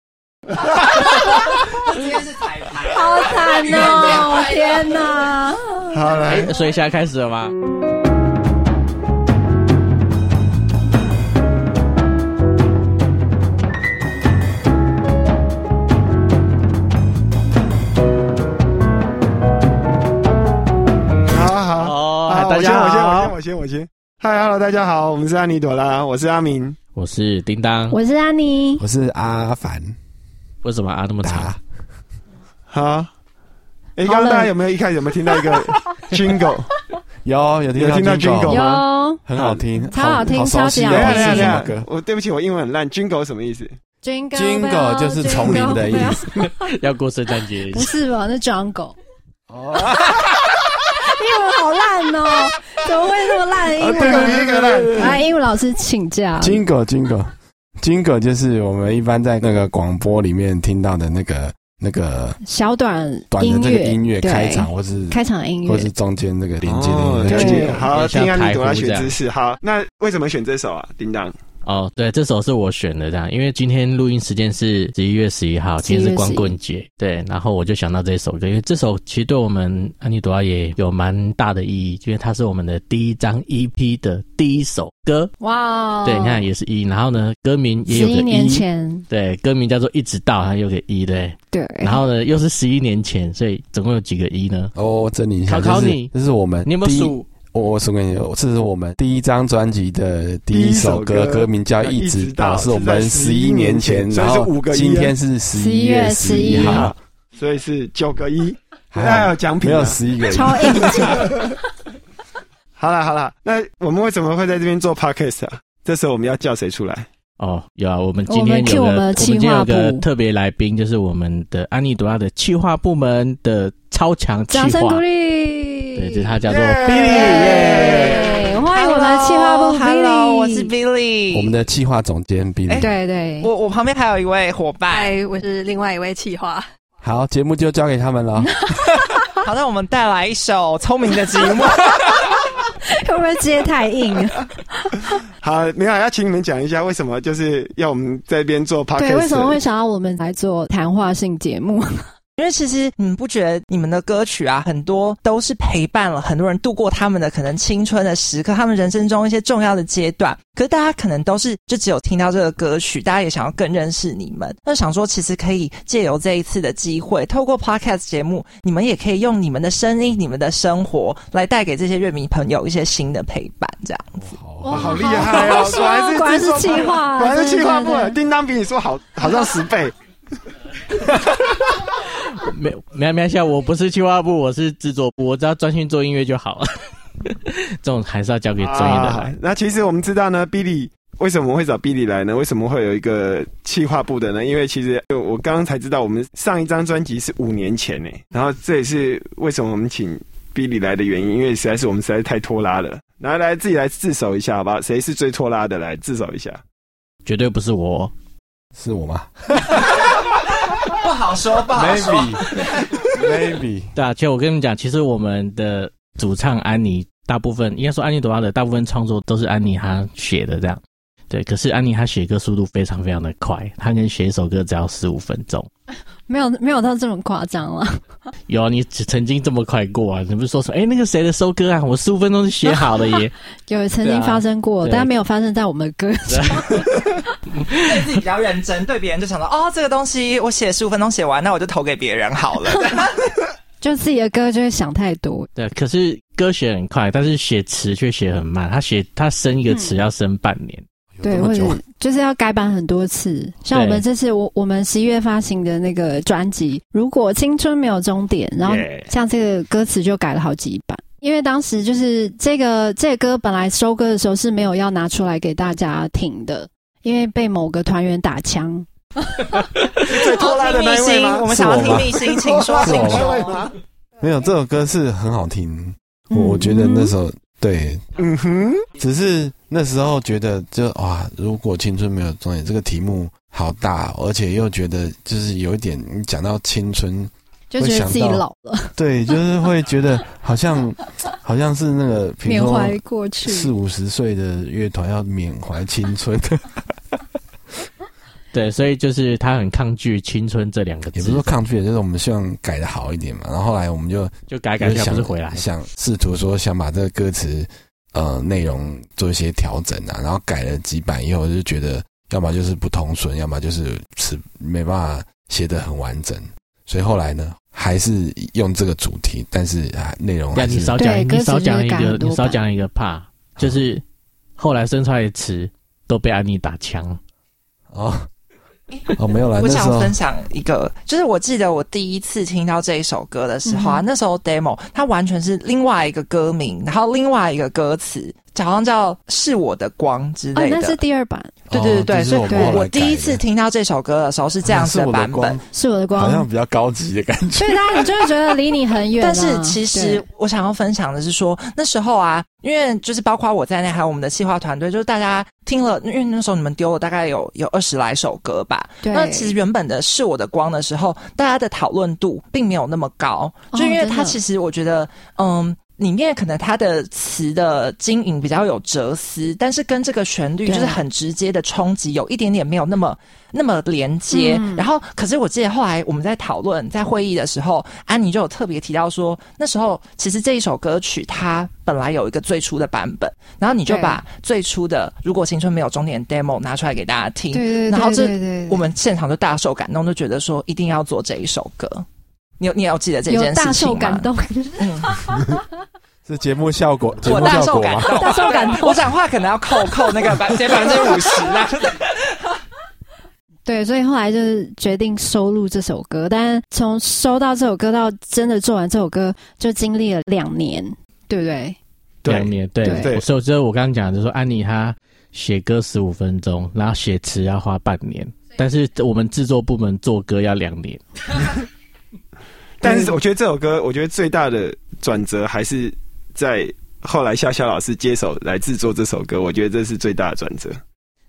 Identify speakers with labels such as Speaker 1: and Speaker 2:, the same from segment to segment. Speaker 1: 难哦！天哪！
Speaker 2: 好来，
Speaker 3: 所以现在开始了吗？
Speaker 2: 好好
Speaker 3: 哦，
Speaker 2: 好，
Speaker 3: 大
Speaker 2: 我先，
Speaker 3: 家
Speaker 2: 我先，我
Speaker 3: 好
Speaker 2: 先，，我先，我先。嗨，Hello，大家好，我们是阿尼朵拉，我是阿明。
Speaker 3: 我是叮当。
Speaker 1: 我是安妮，
Speaker 4: 我是阿凡
Speaker 3: 为什么啊那么长？
Speaker 4: 达，
Speaker 2: 好，哎，
Speaker 1: 好
Speaker 2: 刚刚大家
Speaker 1: 了
Speaker 2: 有没有一开始有没有听到一 个 jingle？
Speaker 4: 有有听
Speaker 2: 有听到 Jingle
Speaker 1: 有
Speaker 2: 好吗
Speaker 4: 很好听，
Speaker 1: 超好听
Speaker 4: 好熟悉
Speaker 1: 超
Speaker 4: 哦
Speaker 1: 级
Speaker 2: 等一
Speaker 1: 好
Speaker 2: 下，
Speaker 1: 听
Speaker 2: 等一下，等
Speaker 4: 是什么
Speaker 2: 一下
Speaker 4: 歌，？
Speaker 2: 我对不起，我英文很烂。jingle 什么意思？
Speaker 1: Jingle
Speaker 4: Jingle 就是丛林的意
Speaker 1: Bell，
Speaker 4: 思。
Speaker 3: 要过圣诞节
Speaker 1: Jingle Bell 不是吧？那 Jungle
Speaker 4: 哦，
Speaker 1: 英文好烂哦，怎么会那么烂的英
Speaker 2: 啊对
Speaker 1: 文？
Speaker 2: 对对对对
Speaker 1: 啊，英文老师请假。
Speaker 4: Jingle Jingle Jingle 就是我们一般在那个广播里面听到的那个那个
Speaker 1: 小短
Speaker 4: 短的
Speaker 1: 音
Speaker 4: 这个音乐
Speaker 1: 乐对
Speaker 4: 开场，或是
Speaker 1: 开场音乐
Speaker 4: 或是中间那个连接
Speaker 2: 哦
Speaker 4: 的
Speaker 2: 了
Speaker 4: 音
Speaker 1: 对
Speaker 4: 乐。
Speaker 2: 解。好，
Speaker 3: 有点像
Speaker 2: 听阿尼朵拉
Speaker 3: 台呼这
Speaker 2: 学
Speaker 3: 样
Speaker 2: 知识。好，那为什么选这首啊？叮当，
Speaker 3: 哦，对，这首是我选的，这样，因为今天录音时间是十一月十一号，今天是光棍节，对，然后我就想到这首歌，因为这首其实对我们啊安妮朵拉也有蛮大的意义，因为它是我们的第一张 EP 的第一首歌，
Speaker 1: 哇哦，
Speaker 3: 对，你看也是一，然后呢，歌名也
Speaker 1: 十
Speaker 3: 有个 E
Speaker 1: 一年前，
Speaker 3: 对，歌名叫做《一直到》，它有个一，对，
Speaker 1: 对，
Speaker 3: 然后呢又是十一年前，所以总共有几个一呢？
Speaker 4: 哦，我整理一下，
Speaker 3: 考考
Speaker 4: 这是
Speaker 3: 你
Speaker 4: 这是我们
Speaker 3: 你有没有
Speaker 4: 第一
Speaker 3: 数？
Speaker 4: 我我是跟你说，这是我们第一张专辑的第一首
Speaker 2: 第一
Speaker 4: 歌，
Speaker 2: 首歌
Speaker 4: 歌名叫《一直到》，
Speaker 2: 是
Speaker 4: 是
Speaker 2: 在
Speaker 4: 我们十
Speaker 2: 11
Speaker 4: 一年前，
Speaker 2: 所以
Speaker 4: 然
Speaker 2: 是
Speaker 4: 后
Speaker 2: 五个一啊
Speaker 4: 今天是十一
Speaker 1: 11
Speaker 4: 十
Speaker 1: 一
Speaker 4: 一号，，
Speaker 2: 所以是九个一，
Speaker 4: 还
Speaker 2: 还
Speaker 4: 有
Speaker 2: 有奖
Speaker 4: 没
Speaker 2: 品啊。
Speaker 4: 有十一个一？
Speaker 1: 超硬气，
Speaker 2: 好了好了，那我们为什么会在这边做 podcast 啊？这时候我们要叫谁出来？
Speaker 3: 哦，有啊，我们今天有
Speaker 1: 我们 cue
Speaker 3: 个
Speaker 1: 我们的
Speaker 3: 今天有
Speaker 1: 企划
Speaker 3: 个
Speaker 1: 部
Speaker 3: 特别来宾，就是我们的安妮朵拉的企划部门的超强企
Speaker 1: 掌声鼓
Speaker 3: 划，
Speaker 1: 励。
Speaker 3: 对，就是他叫做
Speaker 2: Yeah！
Speaker 3: Billy，耶
Speaker 1: 耶欢迎我们企划部
Speaker 5: Hello，我是
Speaker 1: Billy
Speaker 5: Billy。
Speaker 4: 我们的企划总监 b i
Speaker 5: 哎
Speaker 4: l
Speaker 1: 对对，
Speaker 5: 我我旁边还有一位伙伴。
Speaker 6: 嗨，我是另外一位企划。
Speaker 4: 好，节目就交给他们了。
Speaker 5: 好，那我们带来一首聪明的寂寞。
Speaker 1: 会不会接太 硬？
Speaker 2: 啊好，没有要请你们讲一下为什么就是要我们这边做 podcast？
Speaker 1: 对，为什么会想要我们来做谈话性节目？
Speaker 5: 因为其实你们不觉得你们的歌曲啊，很多都是陪伴了很多人度过他们的可能青春的时刻，他们人生中一些重要的阶段。可是大家可能都是就只有听到这个歌曲，大家也想要更认识你们。那想说，其实可以借由这一次的机会，透过 podcast 节目，你们也可以用你们的声音、你们的生活来带给这些乐迷朋友一些新的陪伴，这 样。
Speaker 2: 哇好厉害哦
Speaker 1: 好
Speaker 2: 果然是
Speaker 1: 说果然是
Speaker 2: 制
Speaker 1: 企
Speaker 2: 作
Speaker 1: 划，啊
Speaker 2: 果然是气化
Speaker 1: 对
Speaker 2: 部
Speaker 1: 对
Speaker 2: 门，叮当比你说好，好像十倍。
Speaker 3: 没没没下，我不是企划部，我是制作部，我只要专心做音乐就好了。这种还是要交给专业的来
Speaker 2: 啊。那其实我们知道呢，Billy 为什么会找 Billy 来呢？为什么会有一个企划部的呢？因为其实呃我刚刚才知道，我们上一张专辑是五年前呢。然后这也是为什么我们请 Billy 来的原因，因为实在是我们实在太拖拉了。来来，自己来自首一下，好不好？谁是最拖拉的？来自首一下。
Speaker 3: 绝对不是我。
Speaker 4: 是我吗
Speaker 5: 不好说，不好说。
Speaker 4: ？Maybe Maybe
Speaker 3: 对啊，其实我跟你们讲，其实我们的主唱安妮，大部分应该说安妮朵拉的大部分创作都是安妮她写的这样。对，可是安妮她写歌速度非常非常的快，她能写一首歌只要十五分钟。
Speaker 1: 没有没有到这么夸张了。
Speaker 3: 有啊，你只曾经这么快过啊？你不是说什么？哎、那个谁的收歌啊？我十五分钟就写好了 耶。
Speaker 1: 有曾
Speaker 3: 对
Speaker 1: 经
Speaker 3: 啊
Speaker 1: 发生过，
Speaker 3: 对
Speaker 1: 但没有发生在我们的歌 上。
Speaker 5: 对自己比较认真，对别人就想到哦，这个东西我写十五分钟写完，那我就投给别人好了。
Speaker 1: 就自己的歌就会想太多，
Speaker 3: 对，可是歌写很快，但是写词却写很慢。她写她生一个词要生半年。
Speaker 1: 对，
Speaker 4: 有这
Speaker 1: 或
Speaker 4: 么
Speaker 1: 者
Speaker 4: 久
Speaker 1: 就是要改版很多次。像我们这次，我我们十一月发行的那个专辑《如果青春没有终点》，然后
Speaker 2: Yeah
Speaker 1: 像这个歌词就改了好几版。因为当时就是这个这个歌本来收歌的时候是没有要拿出来给大家听的，因为被某个团员打枪。
Speaker 2: 最拖拉的那一位吗？
Speaker 5: 我们想要听密星，请说，
Speaker 4: 是我
Speaker 5: 请
Speaker 4: 吗
Speaker 5: 说。
Speaker 4: 没有这首歌是很好听，我我
Speaker 1: 嗯
Speaker 4: 觉得那首对，
Speaker 2: 嗯哼，
Speaker 4: 只是那时候觉得就哇，如果青春没有终点这个题目好大，而且又觉得就是有一点你讲到青春，
Speaker 1: 就觉得自己
Speaker 4: 会想到
Speaker 1: 老了，
Speaker 4: 对，就是会觉得 好像好像是那个比
Speaker 1: 缅
Speaker 4: 如说
Speaker 1: 怀过去。
Speaker 4: 四五十岁的乐团要缅怀青春，
Speaker 3: 对，所以就是他很抗拒“青春”这两个字，
Speaker 4: 也不是说抗拒，就是我们希望改的好一点嘛。然后后来我们就
Speaker 3: 就改改一下，
Speaker 4: 想
Speaker 3: 不是回来。
Speaker 4: 想试图说想把这个歌词呃内容做一些调整啊，然后改了几版以后，就觉得要么就是不通顺，要么就是词没办法写得很完整，所以后来呢还是用这个主题，但是啊内容
Speaker 3: 但
Speaker 4: 还
Speaker 3: 你
Speaker 4: 是
Speaker 3: 少讲，
Speaker 1: 对歌
Speaker 3: 你少
Speaker 1: 词就是
Speaker 3: 讲一
Speaker 1: 改
Speaker 3: 个，
Speaker 1: 很多
Speaker 3: 你少
Speaker 1: 版
Speaker 3: 讲一个怕，就是后来生出来的词都被安妮打枪。
Speaker 4: 哦哦没有啦，
Speaker 5: 我
Speaker 4: 那时
Speaker 5: 想
Speaker 4: 候
Speaker 5: 分享一个，就是我记得我第一次听到这一首歌的时候啊，
Speaker 1: 嗯哼
Speaker 5: 那时候 demo 它完全是另外一个歌名，然后另外一个歌词，好像叫《是我的光》之
Speaker 1: 哦，
Speaker 5: 类的。
Speaker 1: 那是第二版，
Speaker 5: 对对对
Speaker 4: 哦
Speaker 5: 对，
Speaker 4: 就是
Speaker 5: 所
Speaker 4: 我
Speaker 5: 以
Speaker 4: 们后来
Speaker 5: 我第一次
Speaker 4: 改的
Speaker 5: 听到这首歌的时候是这样子
Speaker 4: 啊是我的
Speaker 5: 版本
Speaker 4: 光，
Speaker 1: 是我的
Speaker 4: 好像
Speaker 1: 光，
Speaker 4: 比较高级的感觉。
Speaker 1: 所以大家你就会觉得离你很远
Speaker 5: 但
Speaker 1: 啊。
Speaker 5: 是其实
Speaker 1: 对
Speaker 5: 我想要分享的是说，那时候啊，因为就是包括我在内，还有我们的企划团队，就是大家听了，因为那时候你们丢了大概有有二十来首歌吧。
Speaker 1: 对，
Speaker 5: 那其实原本的是我的光的时候，大家的讨论度并没有那么高，
Speaker 1: 哦
Speaker 5: 就因为
Speaker 1: 真的
Speaker 5: 它其实我觉得，嗯。里面可能它的词的经营比较有哲思，但是跟这个旋律
Speaker 1: 对
Speaker 5: 就是很直接的冲击，有一点点没有那么那么连接。
Speaker 1: 嗯
Speaker 5: 然后，可是我记得后来我们在讨论在会议的时候，安妮就有特别提到说，那时候其实这一首歌曲它本来有一个最初的版本，然后你就
Speaker 1: 对
Speaker 5: 把最初的《如果青春没有终点》demo 拿出来给大家听，
Speaker 1: 对对对，
Speaker 5: 然后这
Speaker 1: 对对对
Speaker 5: 我们现场就大受感动，就觉得说一定要做这一首歌。你有你也有记得这件事
Speaker 1: 有
Speaker 5: 情吗
Speaker 1: 大受感，动，
Speaker 5: 嗯，
Speaker 4: 是节目效果，节
Speaker 5: 我
Speaker 4: 目
Speaker 5: 大
Speaker 4: 效
Speaker 5: 受
Speaker 4: 果
Speaker 5: 感
Speaker 4: 啊！
Speaker 5: 动，
Speaker 1: 大受感动
Speaker 5: 我讲话可能要扣扣那个百减百分之五十啦。
Speaker 1: 对，所以后来就是决定收录这首歌，但从收到这首歌到真的做完这首歌，就经历了两年，对不对？
Speaker 3: 两年，对
Speaker 1: 对
Speaker 2: 对
Speaker 3: 所以就是我刚刚讲的，就是说安妮她写歌十五分钟，然后写词要花半年，但是我们制作部门做歌要两年。
Speaker 2: 但是我觉得这首歌，我觉得最大的转折还是在后来夏夏老师接手来制作这首歌，我觉得这是最大的转折。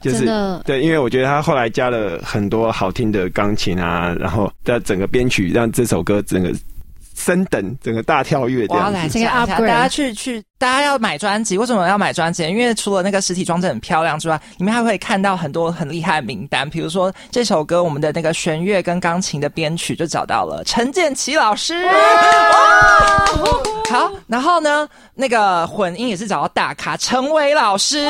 Speaker 2: 就是
Speaker 1: 真的，
Speaker 2: 对，因为我觉得他后来加了很多好听的钢琴啊，然后在整个编曲让这首歌整个升等，整个大跳跃这
Speaker 5: 我要
Speaker 2: 样子。
Speaker 5: 来
Speaker 1: 这
Speaker 5: 讲一下，
Speaker 1: 个
Speaker 5: 大
Speaker 1: upgrade
Speaker 5: 家去去，大家要买专辑，为什么要买专辑？因为除了那个实体装置很漂亮之外，你们还会看到很多很厉害的名单，比如说这首歌，我们的那个弦乐跟钢琴的编曲就找到了陈建奇老师。哇 好，然后呢，那个混音也是找到大咖陈伟老师。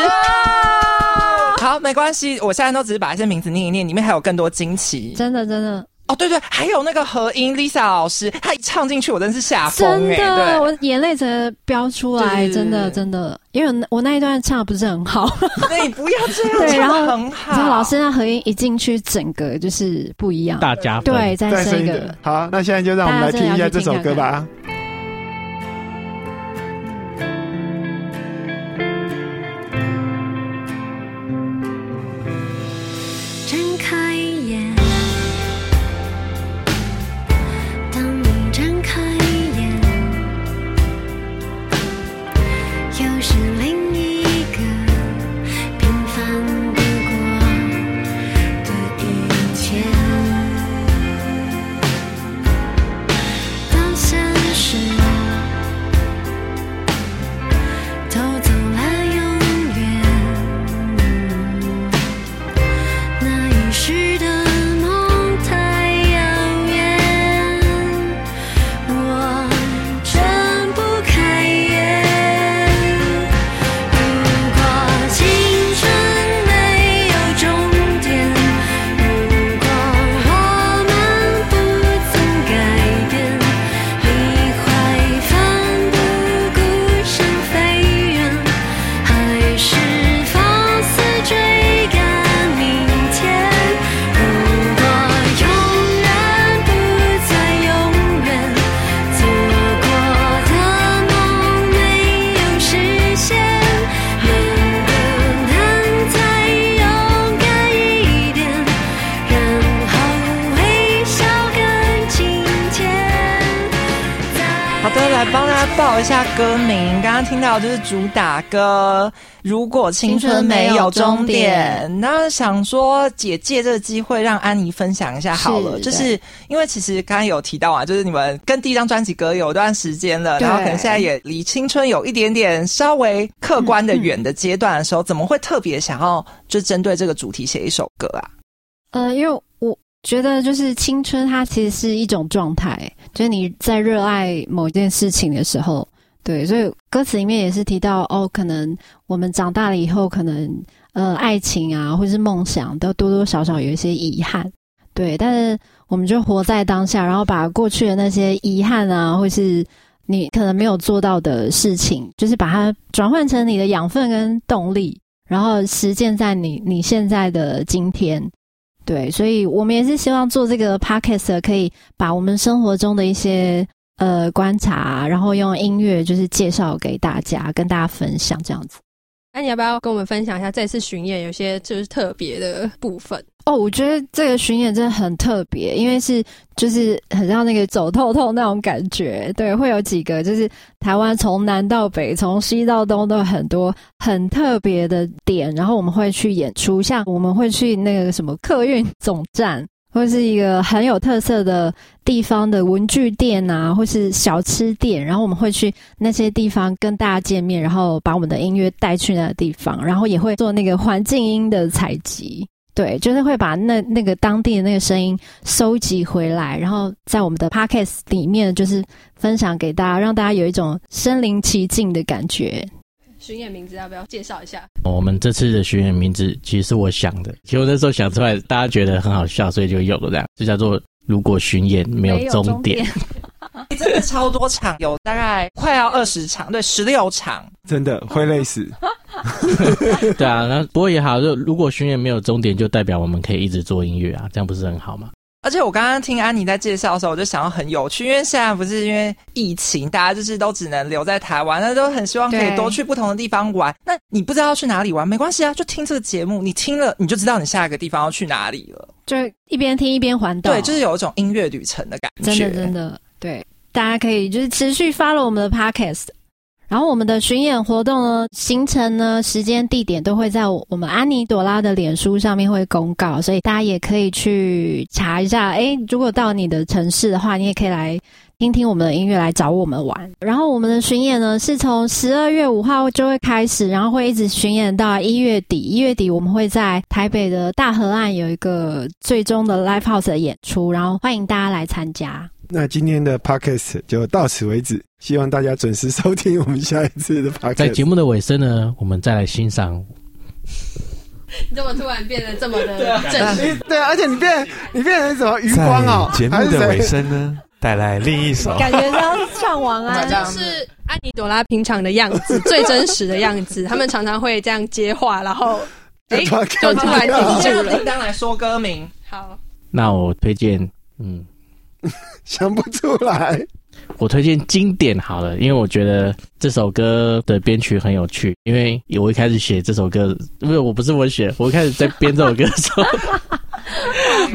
Speaker 5: 好，没关系，我现在都只是把一些名字念一念，里面还有更多惊奇
Speaker 1: 真的，真的，
Speaker 5: 哦。对对，还有那个和音 Lisa 老师，她一唱进去，我真是吓疯
Speaker 1: 真
Speaker 5: 哎、
Speaker 1: 的，
Speaker 5: 对。
Speaker 1: 我眼泪真的飙出来，
Speaker 5: 对
Speaker 1: 真的，
Speaker 5: 对
Speaker 1: 真的，因为我那我那一段唱的不是很好，
Speaker 5: 那你不要这样，
Speaker 1: 对然后
Speaker 5: 唱得很好。
Speaker 1: 然后老师那合音一进去，整个就是不一样，
Speaker 3: 大家分
Speaker 1: 对，再
Speaker 2: 再
Speaker 1: 生
Speaker 2: 深
Speaker 1: 一
Speaker 2: 一
Speaker 1: 个
Speaker 2: 点。，好，那现在就让我们来听一下这首歌吧。
Speaker 7: 睁开眼，当你睁开眼，又是另一个平凡不过的一天。当现实偷走了永远。那一世的梦太遥远，我睁不开眼。如果青春没有终点，如果我们不曾改变，你会奋不顾身飞远。还是放肆追赶明天。如果永远不再永远，做过的梦没有实现，能不能再勇敢一点，然后微笑跟今天？
Speaker 5: 好的，来帮大家报一下歌名。刚刚听到的就是主打歌《如果青春没有终点》。那想说，姐借这个机会让安妮分享一下好了，
Speaker 1: 是
Speaker 5: 就是因为其实刚刚有提到啊，就是你们跟第一张专辑隔有一段时间了，
Speaker 1: 对
Speaker 5: 然后可能现在也离青春有一点点稍微客
Speaker 1: 嗯
Speaker 5: 观的远的阶段的时候，怎么会特别想要就针对这个主题写一首歌啊？
Speaker 1: 呃，因为我觉得就是青春，它其实是一种状态，就是你在热爱某一件事情的时候，对，所以歌词里面也是提到哦，可能我们长大了以后，可能呃爱情啊，或是梦想，都多多少少有一些遗憾，对，但是我们就活在当下，然后把过去的那些遗憾啊，或是你可能没有做到的事情，就是把它转换成你的养分跟动力，然后实践在你你现在的今天。对，所以我们也是希望做这个 podcast，可以把我们生活中的一些呃观察，然后用音乐就是介绍给大家，跟大家分享这样子。
Speaker 8: 那、你要不要跟我们分享一下这次巡演有些就是特别的部分？
Speaker 1: 哦，我觉得这个巡演真的很特别，因为是就是很像那个走透透那种感觉。对，会有几个就是台湾从南到北，从西到东都有很多很特别的点，然后我们会去演出，像我们会去那个什么客运总站。或是一个很有特色的地方的文具店啊，或是小吃店，然后我们会去那些地方跟大家见面，然后把我们的音乐带去那个地方，然后也会做那个环境音的采集。对，就是会把那那个当地的那个声音收集回来，然后在我们的 podcast 里面就是分享给大家，让大家有一种身临其境的感觉。
Speaker 8: 巡演名字要不要介绍一下？
Speaker 3: 哦我们这次的巡演名字其实是我想的，其实我那时候想出来，大家觉得很好笑，所以就用了这样，就叫做“如果巡演没有终点”，
Speaker 5: 真的超多场，有大概快要二十场，对，十六场。
Speaker 2: 真的会累死。
Speaker 3: 对啊，然后不过也好，就如果巡演没有终点，就代表我们可以一直做音乐啊，这样不是很好吗？
Speaker 5: 而且我刚刚听安妮在介绍的时候，我就想要很有趣，因为现在不是因为疫情，大家就是都只能留在台湾，那都很希望可以
Speaker 1: 对
Speaker 5: 多去不同的地方玩。那你不知道要去哪里玩，没关系啊，就听这个节目，你听了你就知道你下一个地方要去哪里了。
Speaker 1: 就一边听一边环岛，
Speaker 5: 对，就是有一种音乐旅程的感觉。
Speaker 1: 啊真的 真的对，大家可以就是持续 follow 我们的 podcast。然后我们的巡演活动呢，行程呢、时间、地点都会在我我们安妮朵拉的脸书上面会公告，所以大家也可以去查一下。诶，如果到你的城市的话，你也可以来听听我们的音乐，来找我们玩。然后我们的巡演呢，是从十二月五号就会开始，然后会一直巡演到一月底。一月底我们会在台北的大河岸有一个最终的 live house 的演出，然后欢迎大家来参加。
Speaker 2: 那今天的 podcast 就到此为止，希望大家准时收听我们下一次的 podcast。
Speaker 3: 在节目的尾声呢，我们再来欣赏
Speaker 8: 你怎么突然变得这么的正式？
Speaker 2: 你对啊，而且你变你变成什么余
Speaker 9: 在
Speaker 2: 光哦？
Speaker 9: 节目
Speaker 2: 还是
Speaker 9: 的
Speaker 2: 谁
Speaker 9: 尾声呢，带来另一 首。
Speaker 1: 感觉像唱王
Speaker 8: 这
Speaker 1: 安，
Speaker 8: 就是安妮朵拉平常的样子，最真实的样子。他们常常会这样接话，然后哎，
Speaker 2: 就突然
Speaker 8: 就突然
Speaker 5: 你
Speaker 8: 停
Speaker 5: 就
Speaker 8: 住
Speaker 5: 要叮
Speaker 8: 了。
Speaker 5: 当来说歌名，
Speaker 8: 好，
Speaker 3: 那我推荐，嗯，
Speaker 2: 想不出来。
Speaker 3: 我推荐经典好了，因为我觉得这首歌的编曲很有趣。因为我一开始写这首歌，因为我不是我写，我一开始在编这首歌的 时候，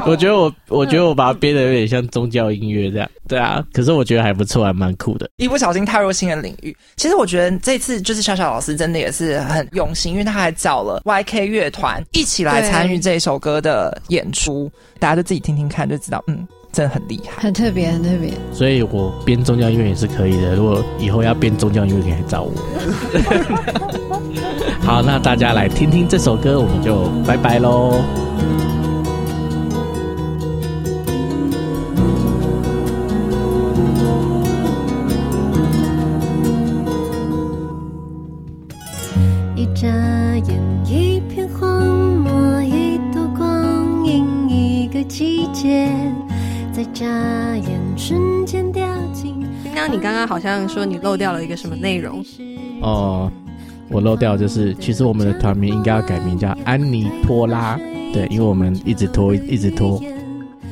Speaker 3: 我觉得我我觉得我把它编的有点像宗教音乐这样，对啊。可是我觉得还不错，还蛮酷的。
Speaker 5: 一不小心踏入新的领域。其实我觉得这次就是小小老师真的也是很用心，因为他还找了 YK 乐团一起来参与这首歌的演出，大家就自己听听看就知道，嗯，真的很厉害。
Speaker 1: 很特别，很特别。
Speaker 3: 所以我编宗教音乐也是可以的。如果以后要编宗教音乐，可以来 找我。 好，那大家来听听这首歌，我们就拜拜喽。
Speaker 7: 一眨眼，一片荒漠，一朵光阴，一个季节，再眨眼，瞬间掉进。
Speaker 6: 叮当，你刚刚好像说你漏掉了一个什么内容？
Speaker 3: 哦，我漏掉就是，其实我们的团名应该要改名叫安妮托拉，对，因为我们一直拖，一直拖，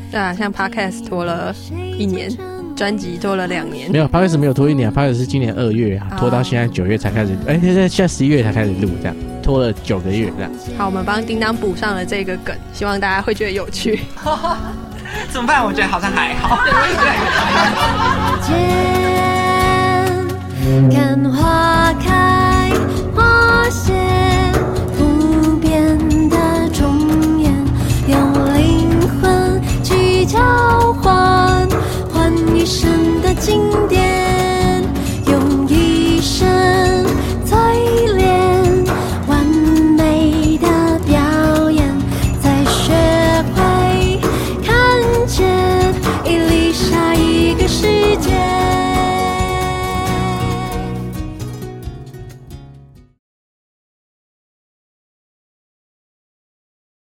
Speaker 6: 对啊，像 Podcast 拖了一年，专辑拖了两年
Speaker 3: 没。有，帕克斯没有拖一年，帕克斯是今年二月啊，拖到现在九月才开始，哎，现在现在十一月才开始录，这样拖了九个月这样。
Speaker 6: 好，我们帮叮当补上了这个梗，希望大家会觉得有趣。
Speaker 5: 怎么办？我觉得好像还好。
Speaker 7: 间看花开花谢。